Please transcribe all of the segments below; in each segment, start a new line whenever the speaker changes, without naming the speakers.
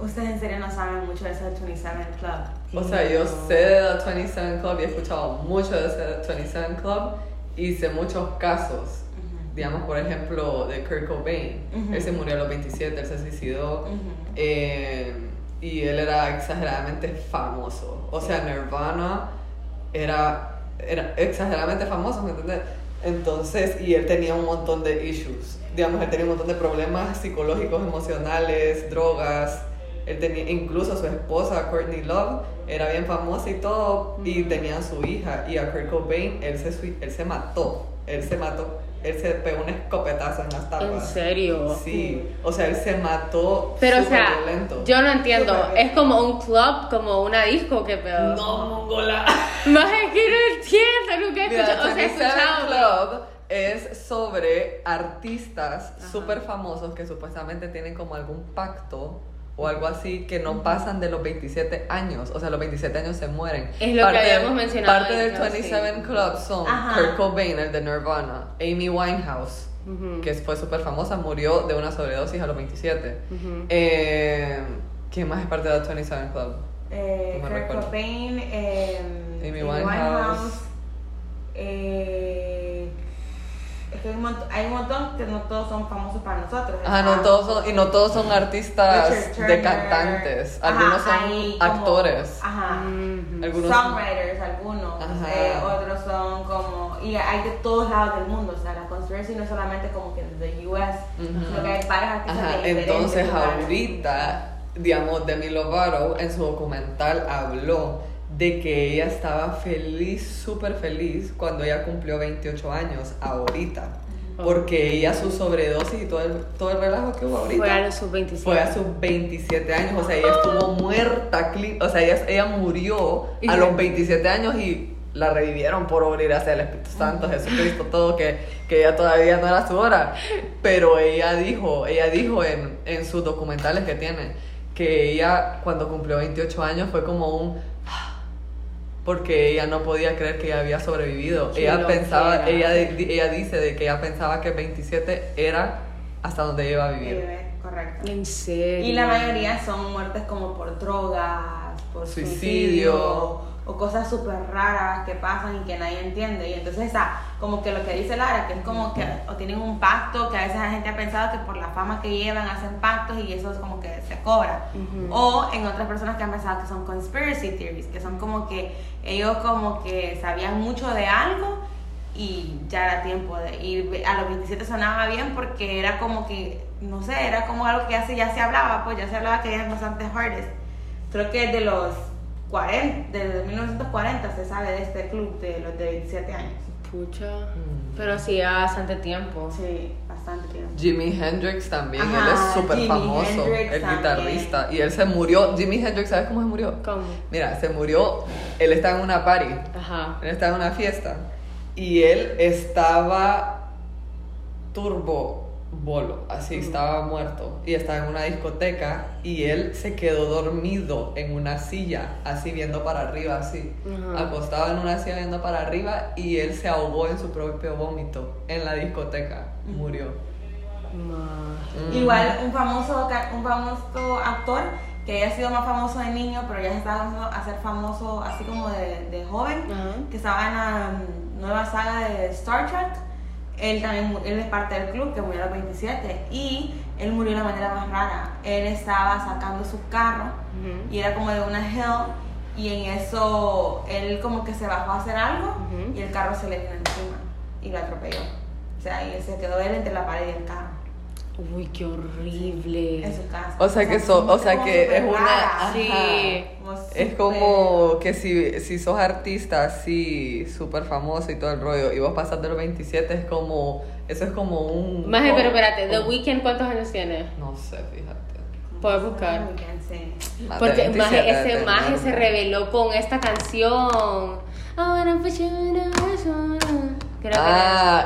Ustedes en serio no saben mucho de ese 27 Club.
O sea, yo sé del 27 Club y he escuchado mucho de ese 27 Club y sé muchos casos. Digamos, por ejemplo, de Kurt Cobain.
Ujú.
Él se murió a los 27, él se suicidó.
Ujú.
Eh, y él era exageradamente famoso. O sea, Nirvana era, era exageradamente famoso, ¿me entiendes? Entonces, y él tenía un montón de issues. Digamos, él tenía un montón de problemas psicológicos, emocionales, drogas. Él tenía, incluso su esposa, Courtney Love, era bien famosa y todo, y
Mm.
tenía su hija. Y a Kurt Cobain, él se, sui- él se mató. Él se mató. Él se pegó un escopetazo en las tapas.
¿En serio?
Sí, o sea, él se mató.
Pero, o sea,
superviolento.
yo no entiendo.
Superviolento.
Es como un club, como una disco, que pedo.
No, mongola.
Más es que no entiendo, nunca he
Mira,
escuchado. O sea, he
27
escuchado.
Club es sobre artistas súper famosos que supuestamente tienen como algún pacto o algo así que no pasan de los 27 años. O sea, los 27 años se mueren.
Es lo que habíamos mencionado
Parte del
en Club,
27
sí.
Club son
Ajá.
Kurt Cobain, el de Nirvana, Amy Winehouse,
Ujú.
que fue súper famosa, murió de una sobredosis a los 27.
Ujú.
Eh, ¿Quién más es parte del 27 Club?
Eh,
No me
Kurt
recuerdo.
Cobain, eh,
Amy Winehouse.
eh, es que hay un, mont- hay un montón que no todos son famosos para nosotros.
Ajá, no
Está
todos son, y no todos son
Richard
artistas
Turner.
de cantantes.
Ajá,
Algunos
hay
son
como-
actores.
Ajá.
Ujú.
Algunos
songwriters algunos,
Ajá.
eh, otros son como, y hay de todos lados del mundo, o sea, la conspiracy no es solamente como que desde US, sino que hay varios artistas
Ajá,
de diferentes
entonces
lugares.
ahorita, digamos, Demi Lovato en su documental habló de que ella estaba feliz, súper feliz, cuando ella cumplió 28 años, ahorita. Porque ella, su sobredosis y todo el, todo el relajo que hubo ahorita.
Fue a los sub 27.
Fue a sus 27 años, o sea, ella estuvo muerta, cli- o sea, ella, ella murió
Y-
a los 27 años y la revivieron por obra y gracia del Espíritu Santo, Jesucristo, todo, que, que ella todavía no era su hora. Pero ella dijo, ella dijo en, en sus documentales que tiene, que ella cuando cumplió 28 años fue como un... "Ah", Porque ella no podía creer que ella había sobrevivido.
Qué
ella pensaba,
loquera.
ella, di- ella dice de que ella pensaba que 27 era hasta donde ella iba a vivir.
Eh, correcto.
En serio.
Y la mayoría son muertes como por drogas, por
Suicidio.
suicidio, o cosas súper raras que pasan y que nadie entiende. Y entonces está como que lo que dice Lara, que es como que o tienen un pacto, que a veces la gente ha pensado que por la fama que llevan hacen pactos y eso es como que se cobra. O en otras personas que han pensado que son conspiracy theories, que son como que ellos como que sabían mucho de algo y ya era tiempo de ir. A los 27 sonaba bien porque era como que, no sé, era como algo que ya se, ya se hablaba, pues ya se hablaba que eran bastante hardest. Creo que de los 40, desde 1940 se sabe de este club de los de 27 años.
Pucha. Pero sí, bastante tiempo.
Sí, bastante tiempo.
Jimi Hendrix también,
Ajá,
él es súper
Jimi
famoso,
Hendrix
el
también.
guitarrista. Y él se murió, Jimi Hendrix, ¿sabes cómo se murió?
¿Cómo?
Mira, se murió, él estaba en una party,
Ajá.
él estaba en una fiesta. Y él estaba turbo bolo, así estaba muerto. Y estaba en una discoteca y él se quedó dormido en una silla, así viendo para arriba, así.
Ajá.
Acostado en una silla viendo para arriba y él se ahogó en su propio vómito en la discoteca. Murió.
Ma.
Mm.
Igual un famoso, ca- un famoso actor que haya sido más famoso de niño, pero ya se estaba comenzando a ser famoso así como de, de joven,
Ajá.
que estaba en la mm, nueva saga de Star Trek. Él también mu- él es parte del club que murió a los 27 y él murió de la manera más rara. Él estaba sacando su carro
Ujú.
y era como de una hill y en eso él como que se bajó a hacer algo
Ujú.
y el carro se le vino encima y lo atropelló. O sea, y se quedó él entre la pared y el carro
Uy, qué horrible.
en su casa.
O sea que so- o sea que es una
superrara,
ajá.
Sí.
como
Es
súper-
eh,
como que si, si sos artista así, súper famoso y todo el rollo, y vos pasas de los 27, es como. Eso es como un.
Más, pero espérate,
un-
The Weeknd, ¿cuántos años tiene?
No sé, fíjate.
Puedes buscar.
Sí.
Más de
Porque
27
Maje,
ha de
ese
tener.
Maje se reveló con esta canción. Ahora pues yo no soy- Creo que era-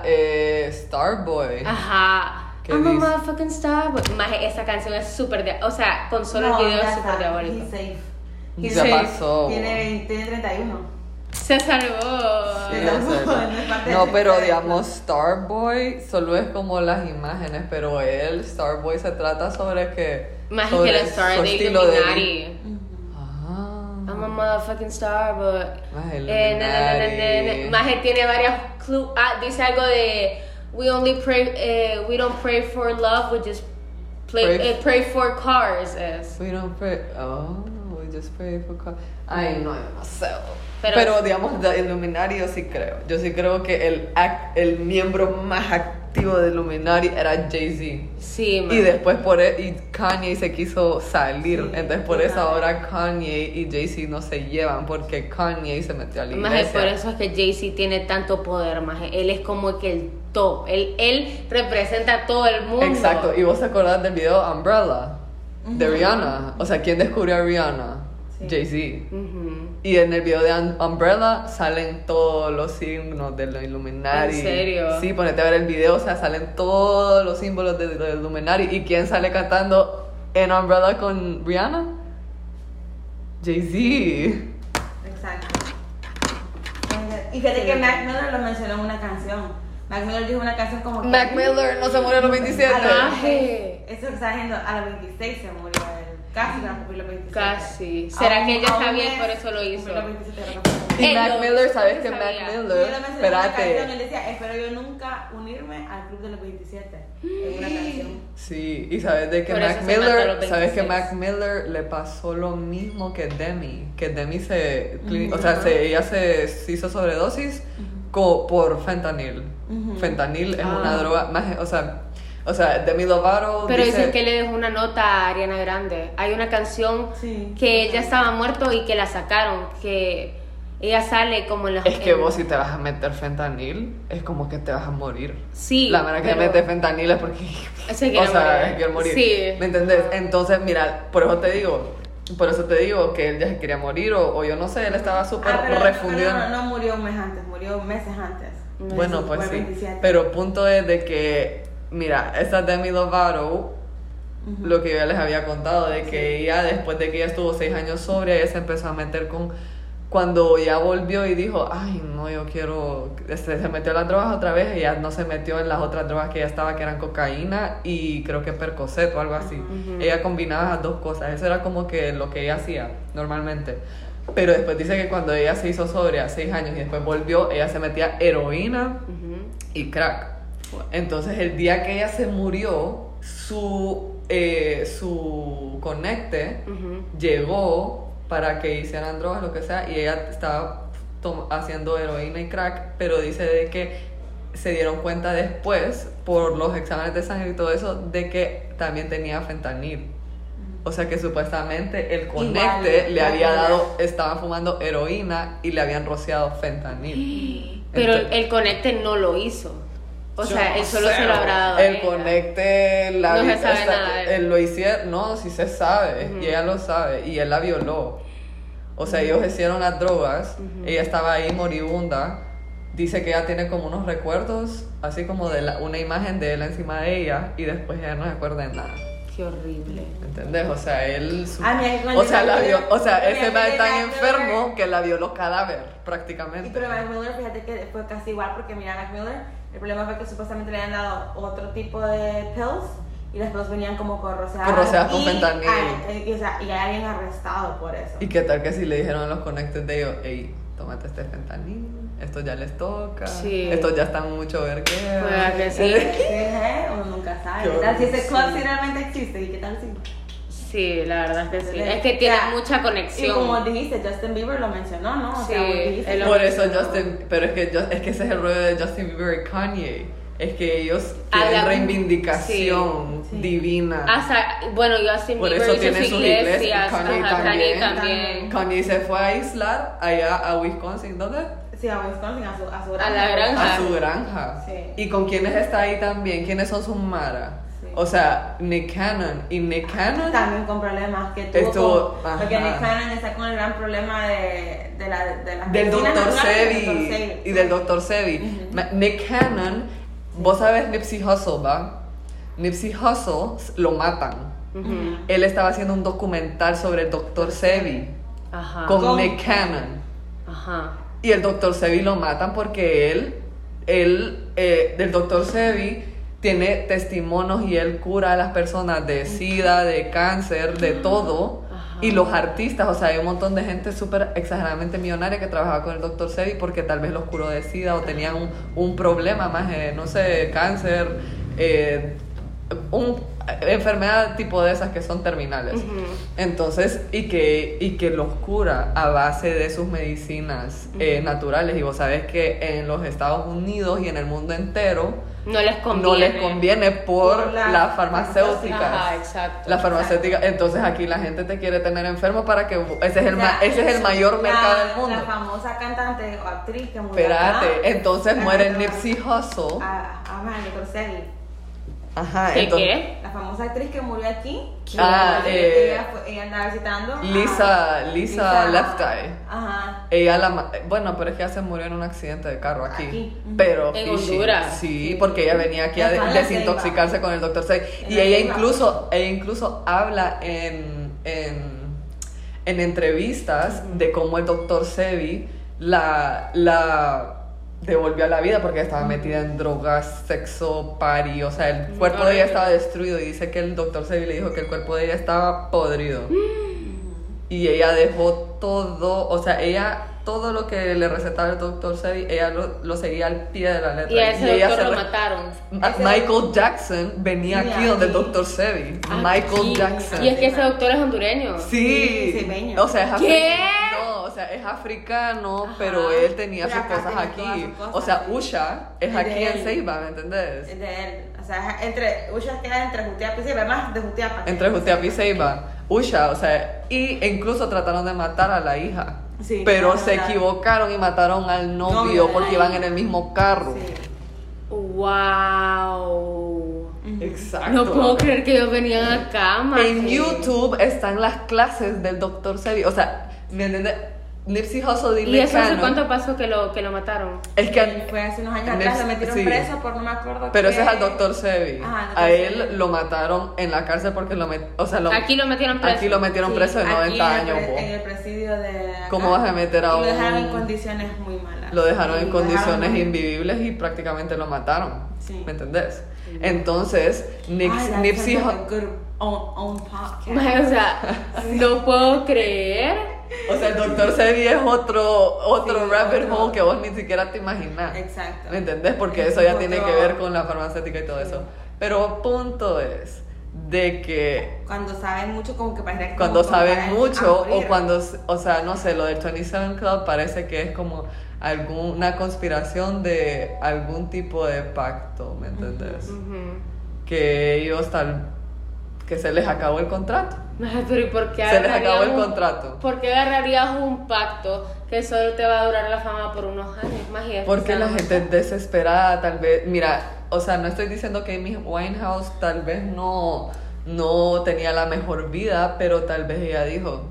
Ah, eh, Starboy.
Ah, Ajá.
¿Qué
I'm a
dice?
motherfucking star. boy. Maje, esa canción es súper de. O sea, con solo
No,
el video
ya
es súper
está,
diabólico.
he's safe.
ya
sí.
pasó.
Tiene, 20, tiene 31.
Se salvó.
Sí,
no,
o sea,
no, no es parte
no,
de-
pero digamos, Starboy solo es como las imágenes, pero él, Starboy, se trata sobre que.
Más que
sobre
la star
su
de
estilo de
Illuminati.
Ah.
I'm a motherfucking star, but.
Maje,
Eh, na, na, na, na, na,
Illuminati.
na. Maje tiene varias clues. Ah, dice algo de. We only pray. eh, we don't pray for love, we just play,
Pray-
eh, pray for cars. Es.
We don't pray. Oh, we just pray for God. Ay, no, yo no sé.
Pero-
Pero, digamos, de Illuminati yo sí creo. Yo sí creo que el, ac- el miembro más activo de Illuminati era Jay-Z.
Sí,
Y
maje.
después por e- y Kanye se quiso salir.
Sí,
entonces por
total.
eso ahora Kanye y Jay-Z no se llevan porque Kanye se metió a la
Maje,
iglesia.
por eso es que Jay-Z tiene tanto poder, maje. Él es como que el top. Él, él representa a todo el mundo.
Exacto. ¿Y vos te acordás del video Umbrella? De Rihanna. O sea, ¿quién descubrió a Rihanna?
Sí.
Jay-Z.
Ujú.
Y en el video de Un- Umbrella salen todos los signos de los Illuminati.
¿En serio?
Sí, ponete a ver el video, o sea, salen todos los símbolos de los Illuminati. ¿Y quién sale cantando en Umbrella con Rihanna? Jay-Z.
Exacto. Y fíjate que Mac Miller lo mencionó en una canción. Mac Miller dijo una canción como que.
Mac Miller no se murió
Ah,
a los 27.
A los
Ajá.
26. Eso que está haciendo, a los 26 se murió él. Casi no cumplió los 27.
Casi. ¿Será
Aún-
que ella
aún
sabía y
es-
por eso lo hizo?
cumplió los 27, pero Eh, no
Y
Él
Mac
lo-
Miller, ¿sabes
yo
que Mac
sabía.
Yo lo
Miller?
mencioné en una canción, él
Espérate.
decía, espero yo nunca unirme al club de los 27. En una canción.
Sí, y sabes de que
Por eso
Mac
se mató a
Miller,
los
sabes que
26.
Mac Miller le pasó lo mismo que Demi, que Demi se, cli- o sea, se- ella se, se hizo sobredosis co- por fentanil. Fentanil es una
Ah.
droga, más, o sea, o sea, Demi Lovato
Pero
Oh, dice,
dicen que le dejó una nota a Ariana Grande. Hay una canción
Sí.
que ella estaba muerto y que la sacaron. Que ella sale como en las.
es que
en-
vos si te vas a meter fentanil, es como que te vas a morir.
Sí.
La manera que te
pero-
mete fentanil es porque
Se quiere
o sea,
morir.
se quiere morir.
Sí.
¿Me entendés? Entonces, mira, por eso te digo, por eso te digo que él ya se quería morir o, o yo no sé, él estaba súper
Ah, pero,
refundido.
pero no, no murió un mes antes, murió meses antes.
no,
bueno, pues
fue
sí.
27.
Pero punto es de que, mira, esa Demi Lovato, lo que yo ya les había contado, de que ella después de que ella estuvo seis años sobre, ella se empezó a meter con... Cuando ya volvió y dijo, ay, no, yo quiero... Se, se metió en las drogas otra vez, ella no se metió en las otras drogas que ella estaba, que eran cocaína y creo que Percocet o algo así. Ella combinaba las dos cosas, eso era como que lo que ella hacía normalmente. Pero después dice que cuando ella se hizo sobria, seis años, y después volvió, ella se metía heroína
Ujú.
y crack. Entonces el día que ella se murió, su, eh, su conecte
Ujú.
llegó para que hicieran drogas, lo que sea, y ella estaba tom- haciendo heroína y crack, pero dice de que se dieron cuenta después, por los exámenes de sangre y todo eso, de que también tenía fentanil. O sea que supuestamente el
Igual,
conecte le había
igual.
dado, estaba fumando heroína y le habían rociado fentanil.
Pero
Entonces-
el conecte no lo hizo. O
yo
sea,
no
él solo
sé,
se lo habrá dado. a
El
ella.
conecte la
No se
vi-
sabe
esta-
nada de él.
él lo hicieron, no, sí se sabe, y ella lo sabe, y él la violó. O sea, ellos hicieron las drogas, ella estaba ahí moribunda. Dice que ella tiene como unos recuerdos, así como de la- una imagen de él encima de ella, y después ella no se acuerda de nada.
Qué horrible.
Ah. ¿Entendés? O sea, él. su-
Ah, mira, con
o sea,
el-
la vio- o sea,
mira,
ese
mira,
man es tan
mira,
enfermo
mira.
que la violó cadáver, prácticamente.
Y pero Mac Miller, fíjate que fue casi igual porque mira, Mac Miller, el problema fue que supuestamente le habían dado otro tipo de pills y las pills venían como corroseadas.
Corroseadas con
y-
fentanil.
ay, y, o sea, y hay alguien arrestado por eso.
¿Y qué tal que si le dijeron a los conectes de ellos, hey, tómate este fentanil, esto ya les toca,
Sí.
estos ya están mucho vergueros.
Pueda que sí.
Sí, ¿eh? Uno nunca sabe.
Qué
¿Qué tal si
horror,
ese club
sí.
sí realmente existe? ¿Y qué tal si?
Sí, la verdad es que sí.
¿Entendés?
Es que tiene
O sea,
mucha
Y
conexión.
como dijiste, Justin Bieber lo mencionó, ¿no? O sea,
Sí,
vos dijiste.
él lo
Por eso Justin, pero es que, yo- es que ese es el rollo de Justin Bieber y Kanye, es que ellos tienen
Hablan-
reivindicación
sí.
divina.
Hasta- bueno, yo así
Por
Bieber
eso
hizo
tiene
su
sus iglesias,
iglesia,
Kanye
ajá, Kanye
también.
también.
Kanye se fue a aislar allá a Wisconsin, ¿dónde?
Sí, a Wisconsin, a su, a su
A la granja.
a su granja.
Sí.
¿Y con quiénes está ahí también? ¿Quiénes son sus mara?
Sí.
O sea, Nick Cannon. Y Nick Cannon
También con problemas que tuvo.
Ah, Estuvo-
con- porque
ajá.
Nick Cannon está con el gran problema de, de la. De las
del
medicinas
Dr.
naturales del Dr.
Sebi
Sebi.
y del Dr. Sebi. Ma- Nick Cannon, vos sabes Nipsey Hussle, ¿va? Nipsey Hussle s- lo matan.
Ujú.
Él estaba haciendo un documental sobre el Dr. Sebi
Ajá.
Ah. con
Con-
Nick Cannon.
Ajá.
Y el doctor Sebi lo matan porque él, él, eh, del doctor Sebi tiene testimonios y él cura a las personas de sida, de cáncer, de todo.
Mm. Ajá.
Y los artistas, o sea, hay un montón de gente súper exageradamente millonaria que trabajaba con el doctor Sebi porque tal vez los curó de sida o tenían un, un problema más, eh, no sé, cáncer, eh, un, enfermedad tipo de esas que son terminales.
Ujú.
Entonces, y que, y que los cura a base de sus medicinas eh, naturales. Y vos sabés que en los Estados Unidos y en el mundo entero
No les conviene.
no les conviene por,
Por la-
las farmacéuticas.
Ajá, exacto.
Las farmacéuticas, entonces aquí la gente te quiere tener enfermo para que ese es el, ma-
La-
ese es el mayor
la-
mercado del mundo.
La famosa cantante o actriz que murió.
Espérate,
acá.
entonces muere
Ah,
Nipsey Hussle.
Ah, ah, man, doctor Sebi.
Ajá,
¿Qué
entonces-
qué?
La famosa actriz que murió aquí.
Ah,
ella,
eh,
ella fue- ella andaba visitando. a-
Lisa, Lisa, Left Eye.
Ajá.
Ella la ma- bueno, pero es que ella se murió en un accidente de carro aquí.
Aquí, ujú.
Pero
En
fishy.
Honduras.
Sí, porque ella venía aquí a
Ajá,
de-
la
desintoxicarse con el doctor Sey. Y
La
ella
ceiba.
incluso, ella incluso habla en, en, en entrevistas de cómo el doctor Sebi la, la devolvió a la vida porque estaba metida en drogas, sexo, party. O sea, el cuerpo de ella estaba destruido y dice que el doctor Sebi le dijo que el cuerpo de ella estaba podrido. Y ella dejó todo, o sea, ella todo lo que le recetaba el doctor Sebi, ella lo, lo seguía al pie de la letra.
Y a ese
ella
doctor
se
lo
re-
mataron.
Ma-
Ese-
Michael Jackson venía
Venía
aquí donde el
aquí.
doctor Sebi.
Aquí.
Michael Jackson.
Ah, Y es que ese doctor es hondureño.
Sí,
Sí, sebeño.
o sea, es
¿Qué?
africano. No, o sea, es africano,
Ajá.
pero él tenía
Pero
sus
acá tiene
cosas
todas
aquí.
sus cosas.
O sea, Usha es
De
aquí
él.
en Ceiba, ¿me entendés?
De él. O sea, entre. Uya queda entre Jutiapa y Seiba, más de Jutiapa.
entre Jutiapa y Ceiba, Usha, o sea, y e incluso trataron de matar a la hija.
Sí,
pero
mataron
se
a la-
equivocaron y mataron al novio
Novio.
porque iban en el mismo carro.
Sí.
Wow.
Exacto.
No puedo creer que ellos venían acá, man.
En YouTube están las clases del doctor Sebi. O sea, ¿me entiendes? Nipsey Hussle y
¿Y eso hace
Mecano.
cuánto pasó que lo, que lo mataron?
Es que
Él fue hace unos años atrás, lo metieron
Sí.
preso por no me acuerdo.
pero
qué.
ese es al doctor Sebi.
Ajá, al doctor
a él
Sebi.
lo mataron en la cárcel porque lo met- o sea, lo-
Aquí lo metieron preso.
aquí lo metieron
Sí,
preso de
aquí
90
en el
años.
pre-
po.
En el presidio de. acá.
¿Cómo vas a meter a
Y Lo dejaron
un-
en condiciones muy malas.
lo dejaron
Y
en
lo
condiciones
dejaron-
invivibles y prácticamente lo mataron.
Sí.
¿Me entendés? Entonces, Nips-
Ay, that's
Nipsey
such a
Hu-
good own- own podcast.
Mae, o sea, no puedo creer.
o sea, el doctor Sebi es otro, otro
Sí,
rabbit
otro.
hole que vos ni siquiera te imaginás.
Exacto.
¿Me entendés? Porque
Es
eso ya
otro-
tiene que ver con la farmacéutica y todo
Sí.
eso. Pero punto es de que
Cuando saben mucho, como que parece que
cuando
como van
saben
a
mucho o
morir.
cuando, o sea, no sé, lo del 27 Club parece que es como alguna conspiración de algún tipo de pacto, ¿me entendés?
Ujú.
que ellos tal que se les acabó el contrato.
Mae, pero ¿y por qué
Se les
agarrarías
acabó el
un-
contrato.
¿Por qué agarrarías un pacto que solo te va a durar la fama por unos años más? y después
Porque
se
la
van a
gente es
matar?
desesperada, tal vez, mira, o sea, no estoy diciendo que Amy Winehouse tal vez no no tenía la mejor vida, pero tal vez ella dijo,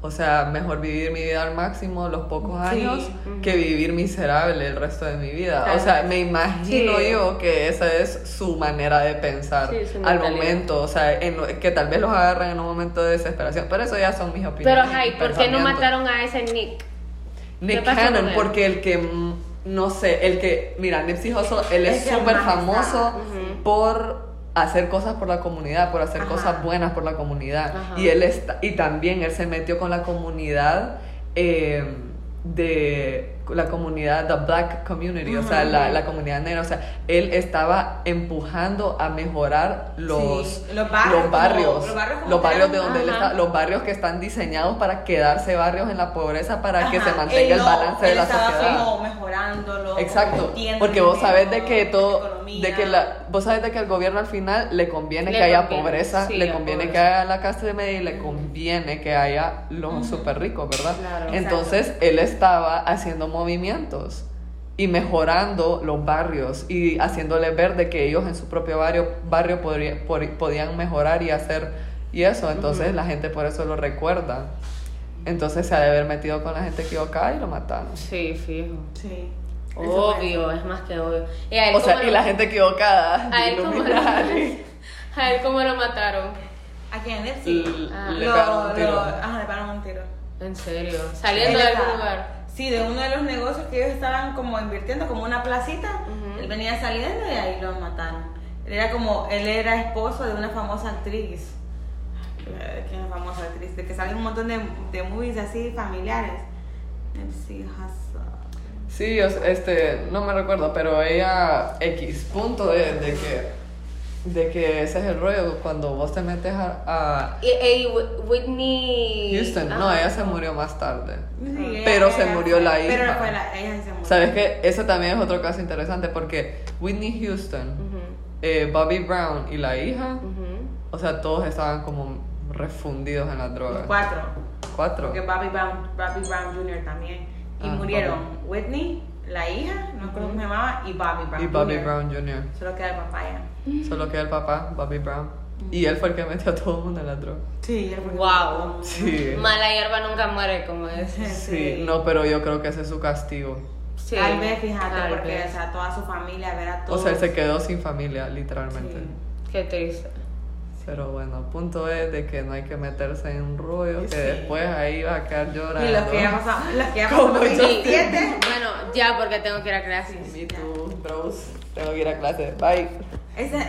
o sea, mejor vivir mi vida al máximo los pocos
Sí,
años
ujú.
que vivir miserable el resto de mi vida.
Tal
o sea,
vez.
me imagino
Sí.
yo que esa es su manera de pensar
Sí, su
al
mentalidad.
momento, o sea, en lo- que tal vez los agarran en un momento de desesperación, pero eso ya son mis opiniones.
Pero,
y
ay, ¿por qué no
pensamientos.
mataron a ese Nick? ¿Qué
Nick
pasó con
Cannon,
él?
porque el que, mm, no sé, el que, mira, Nipsey Hussle, él
Es
es
que
súper
más está,
famoso
ujú.
por hacer cosas por la comunidad, por hacer
Ajá.
cosas buenas por la comunidad.
Ajá.
Y él está, y también él se metió con la comunidad eh, de la comunidad, the black community, o sea,
Ujú.
la, la comunidad negra, o sea, él estaba empujando a mejorar los,
Sí, los barrios,
los barrios,
como- los barrios como
los barrios de
tal.
donde él
Ajá.
está, los barrios que están diseñados para quedarse barrios en la pobreza, para que
Ajá,
se mantenga
él
el
no,
balance de
él
la
estaba
sociedad.
como mejorándolo. como
Exacto,
metiéndole
porque vos sabés de que
miedo,
todo,
economía.
de que la, vos sabés de que el gobierno al final le conviene
Le
que haya
conviene,
pobreza,
sí,
le
la
conviene que
pobreza.
haya la clase media y le conviene que haya los súper ricos, ¿verdad?
Claro.
Entonces él estaba haciendo movimientos y mejorando los barrios y haciéndoles ver de que ellos en su propio barrio, barrio podría- por- podían mejorar y hacer y eso. Entonces la gente por eso lo recuerda. Entonces se ha de haber metido con la gente equivocada y lo mataron.
Sí, fijo.
Sí. Eso fue.
Obvio, es más que obvio. Y a él
O sea,
cómo
y
lo-
la gente equivocada.
A él, cómo lo,
Illuminati.
a él cómo lo mataron.
¿A quién? Nipsey.
L-
Ah.
Le
Lo-
pegaron un tiro.
lo- Ajá, le pegaron un tiro.
En serio. Saliendo
Él
de algún
estaba-
lugar.
Sí, de uno de los negocios que ellos estaban como invirtiendo, como una placita,
Ujú.
él venía saliendo y ahí lo mataron. Él era como, él era esposo de una famosa actriz. Eh, ¿Quién es la famosa actriz? De que salen un montón de, de movies así familiares. MC Hassan.
Sí, o sea, este, no me recuerdo, pero ella X, punto de, de que de que ese es el rollo cuando vos te metes a, a
Y, y Whit- Whitney.
Houston. No,
Ajá.
ella se murió más tarde.
Sí,
Pero
ella-
se murió la
Pero
hija.
fue la, ella sí se murió.
Sabes que ese también es otro caso interesante porque Whitney Houston,
Ujú,
eh, Bobby Brown y la hija,
ujú.
o sea, todos estaban como refundidos en las drogas.
Cuatro.
Cuatro.
Porque Bobby Brown, Bobby Brown Jr. también. Y
Ah,
murieron Whitney, la hija, no creo cómo se llamaba, y Bobby Brown.
Y Bobby
Jr..
Brown Jr.
Solo queda el papá ya.
Solo que el papá, Bobby Brown.
Mm.
Y él fue el que metió a todo el mundo en la droga.
Sí,
Wow.
Sí.
Mala hierba nunca muere, como es.
Sí, no, pero yo creo que ese es su castigo.
Sí.
Tal vez, fíjate,
Tal
porque
vez.
o sea, toda su familia, ver a
O
todos.
sea, él se quedó sin familia, literalmente.
Sí.
Qué triste.
Pero bueno, punto es de que no hay que meterse en un rollo que
Sí.
después ahí va a quedar llorando.
Y los que ya pasaron, los que ya
Como
pasaron los
yo.
27.
Bueno, ya porque tengo que ir a clases.
Me too, bros. Tengo que ir a clase. Bye.
Ese, ese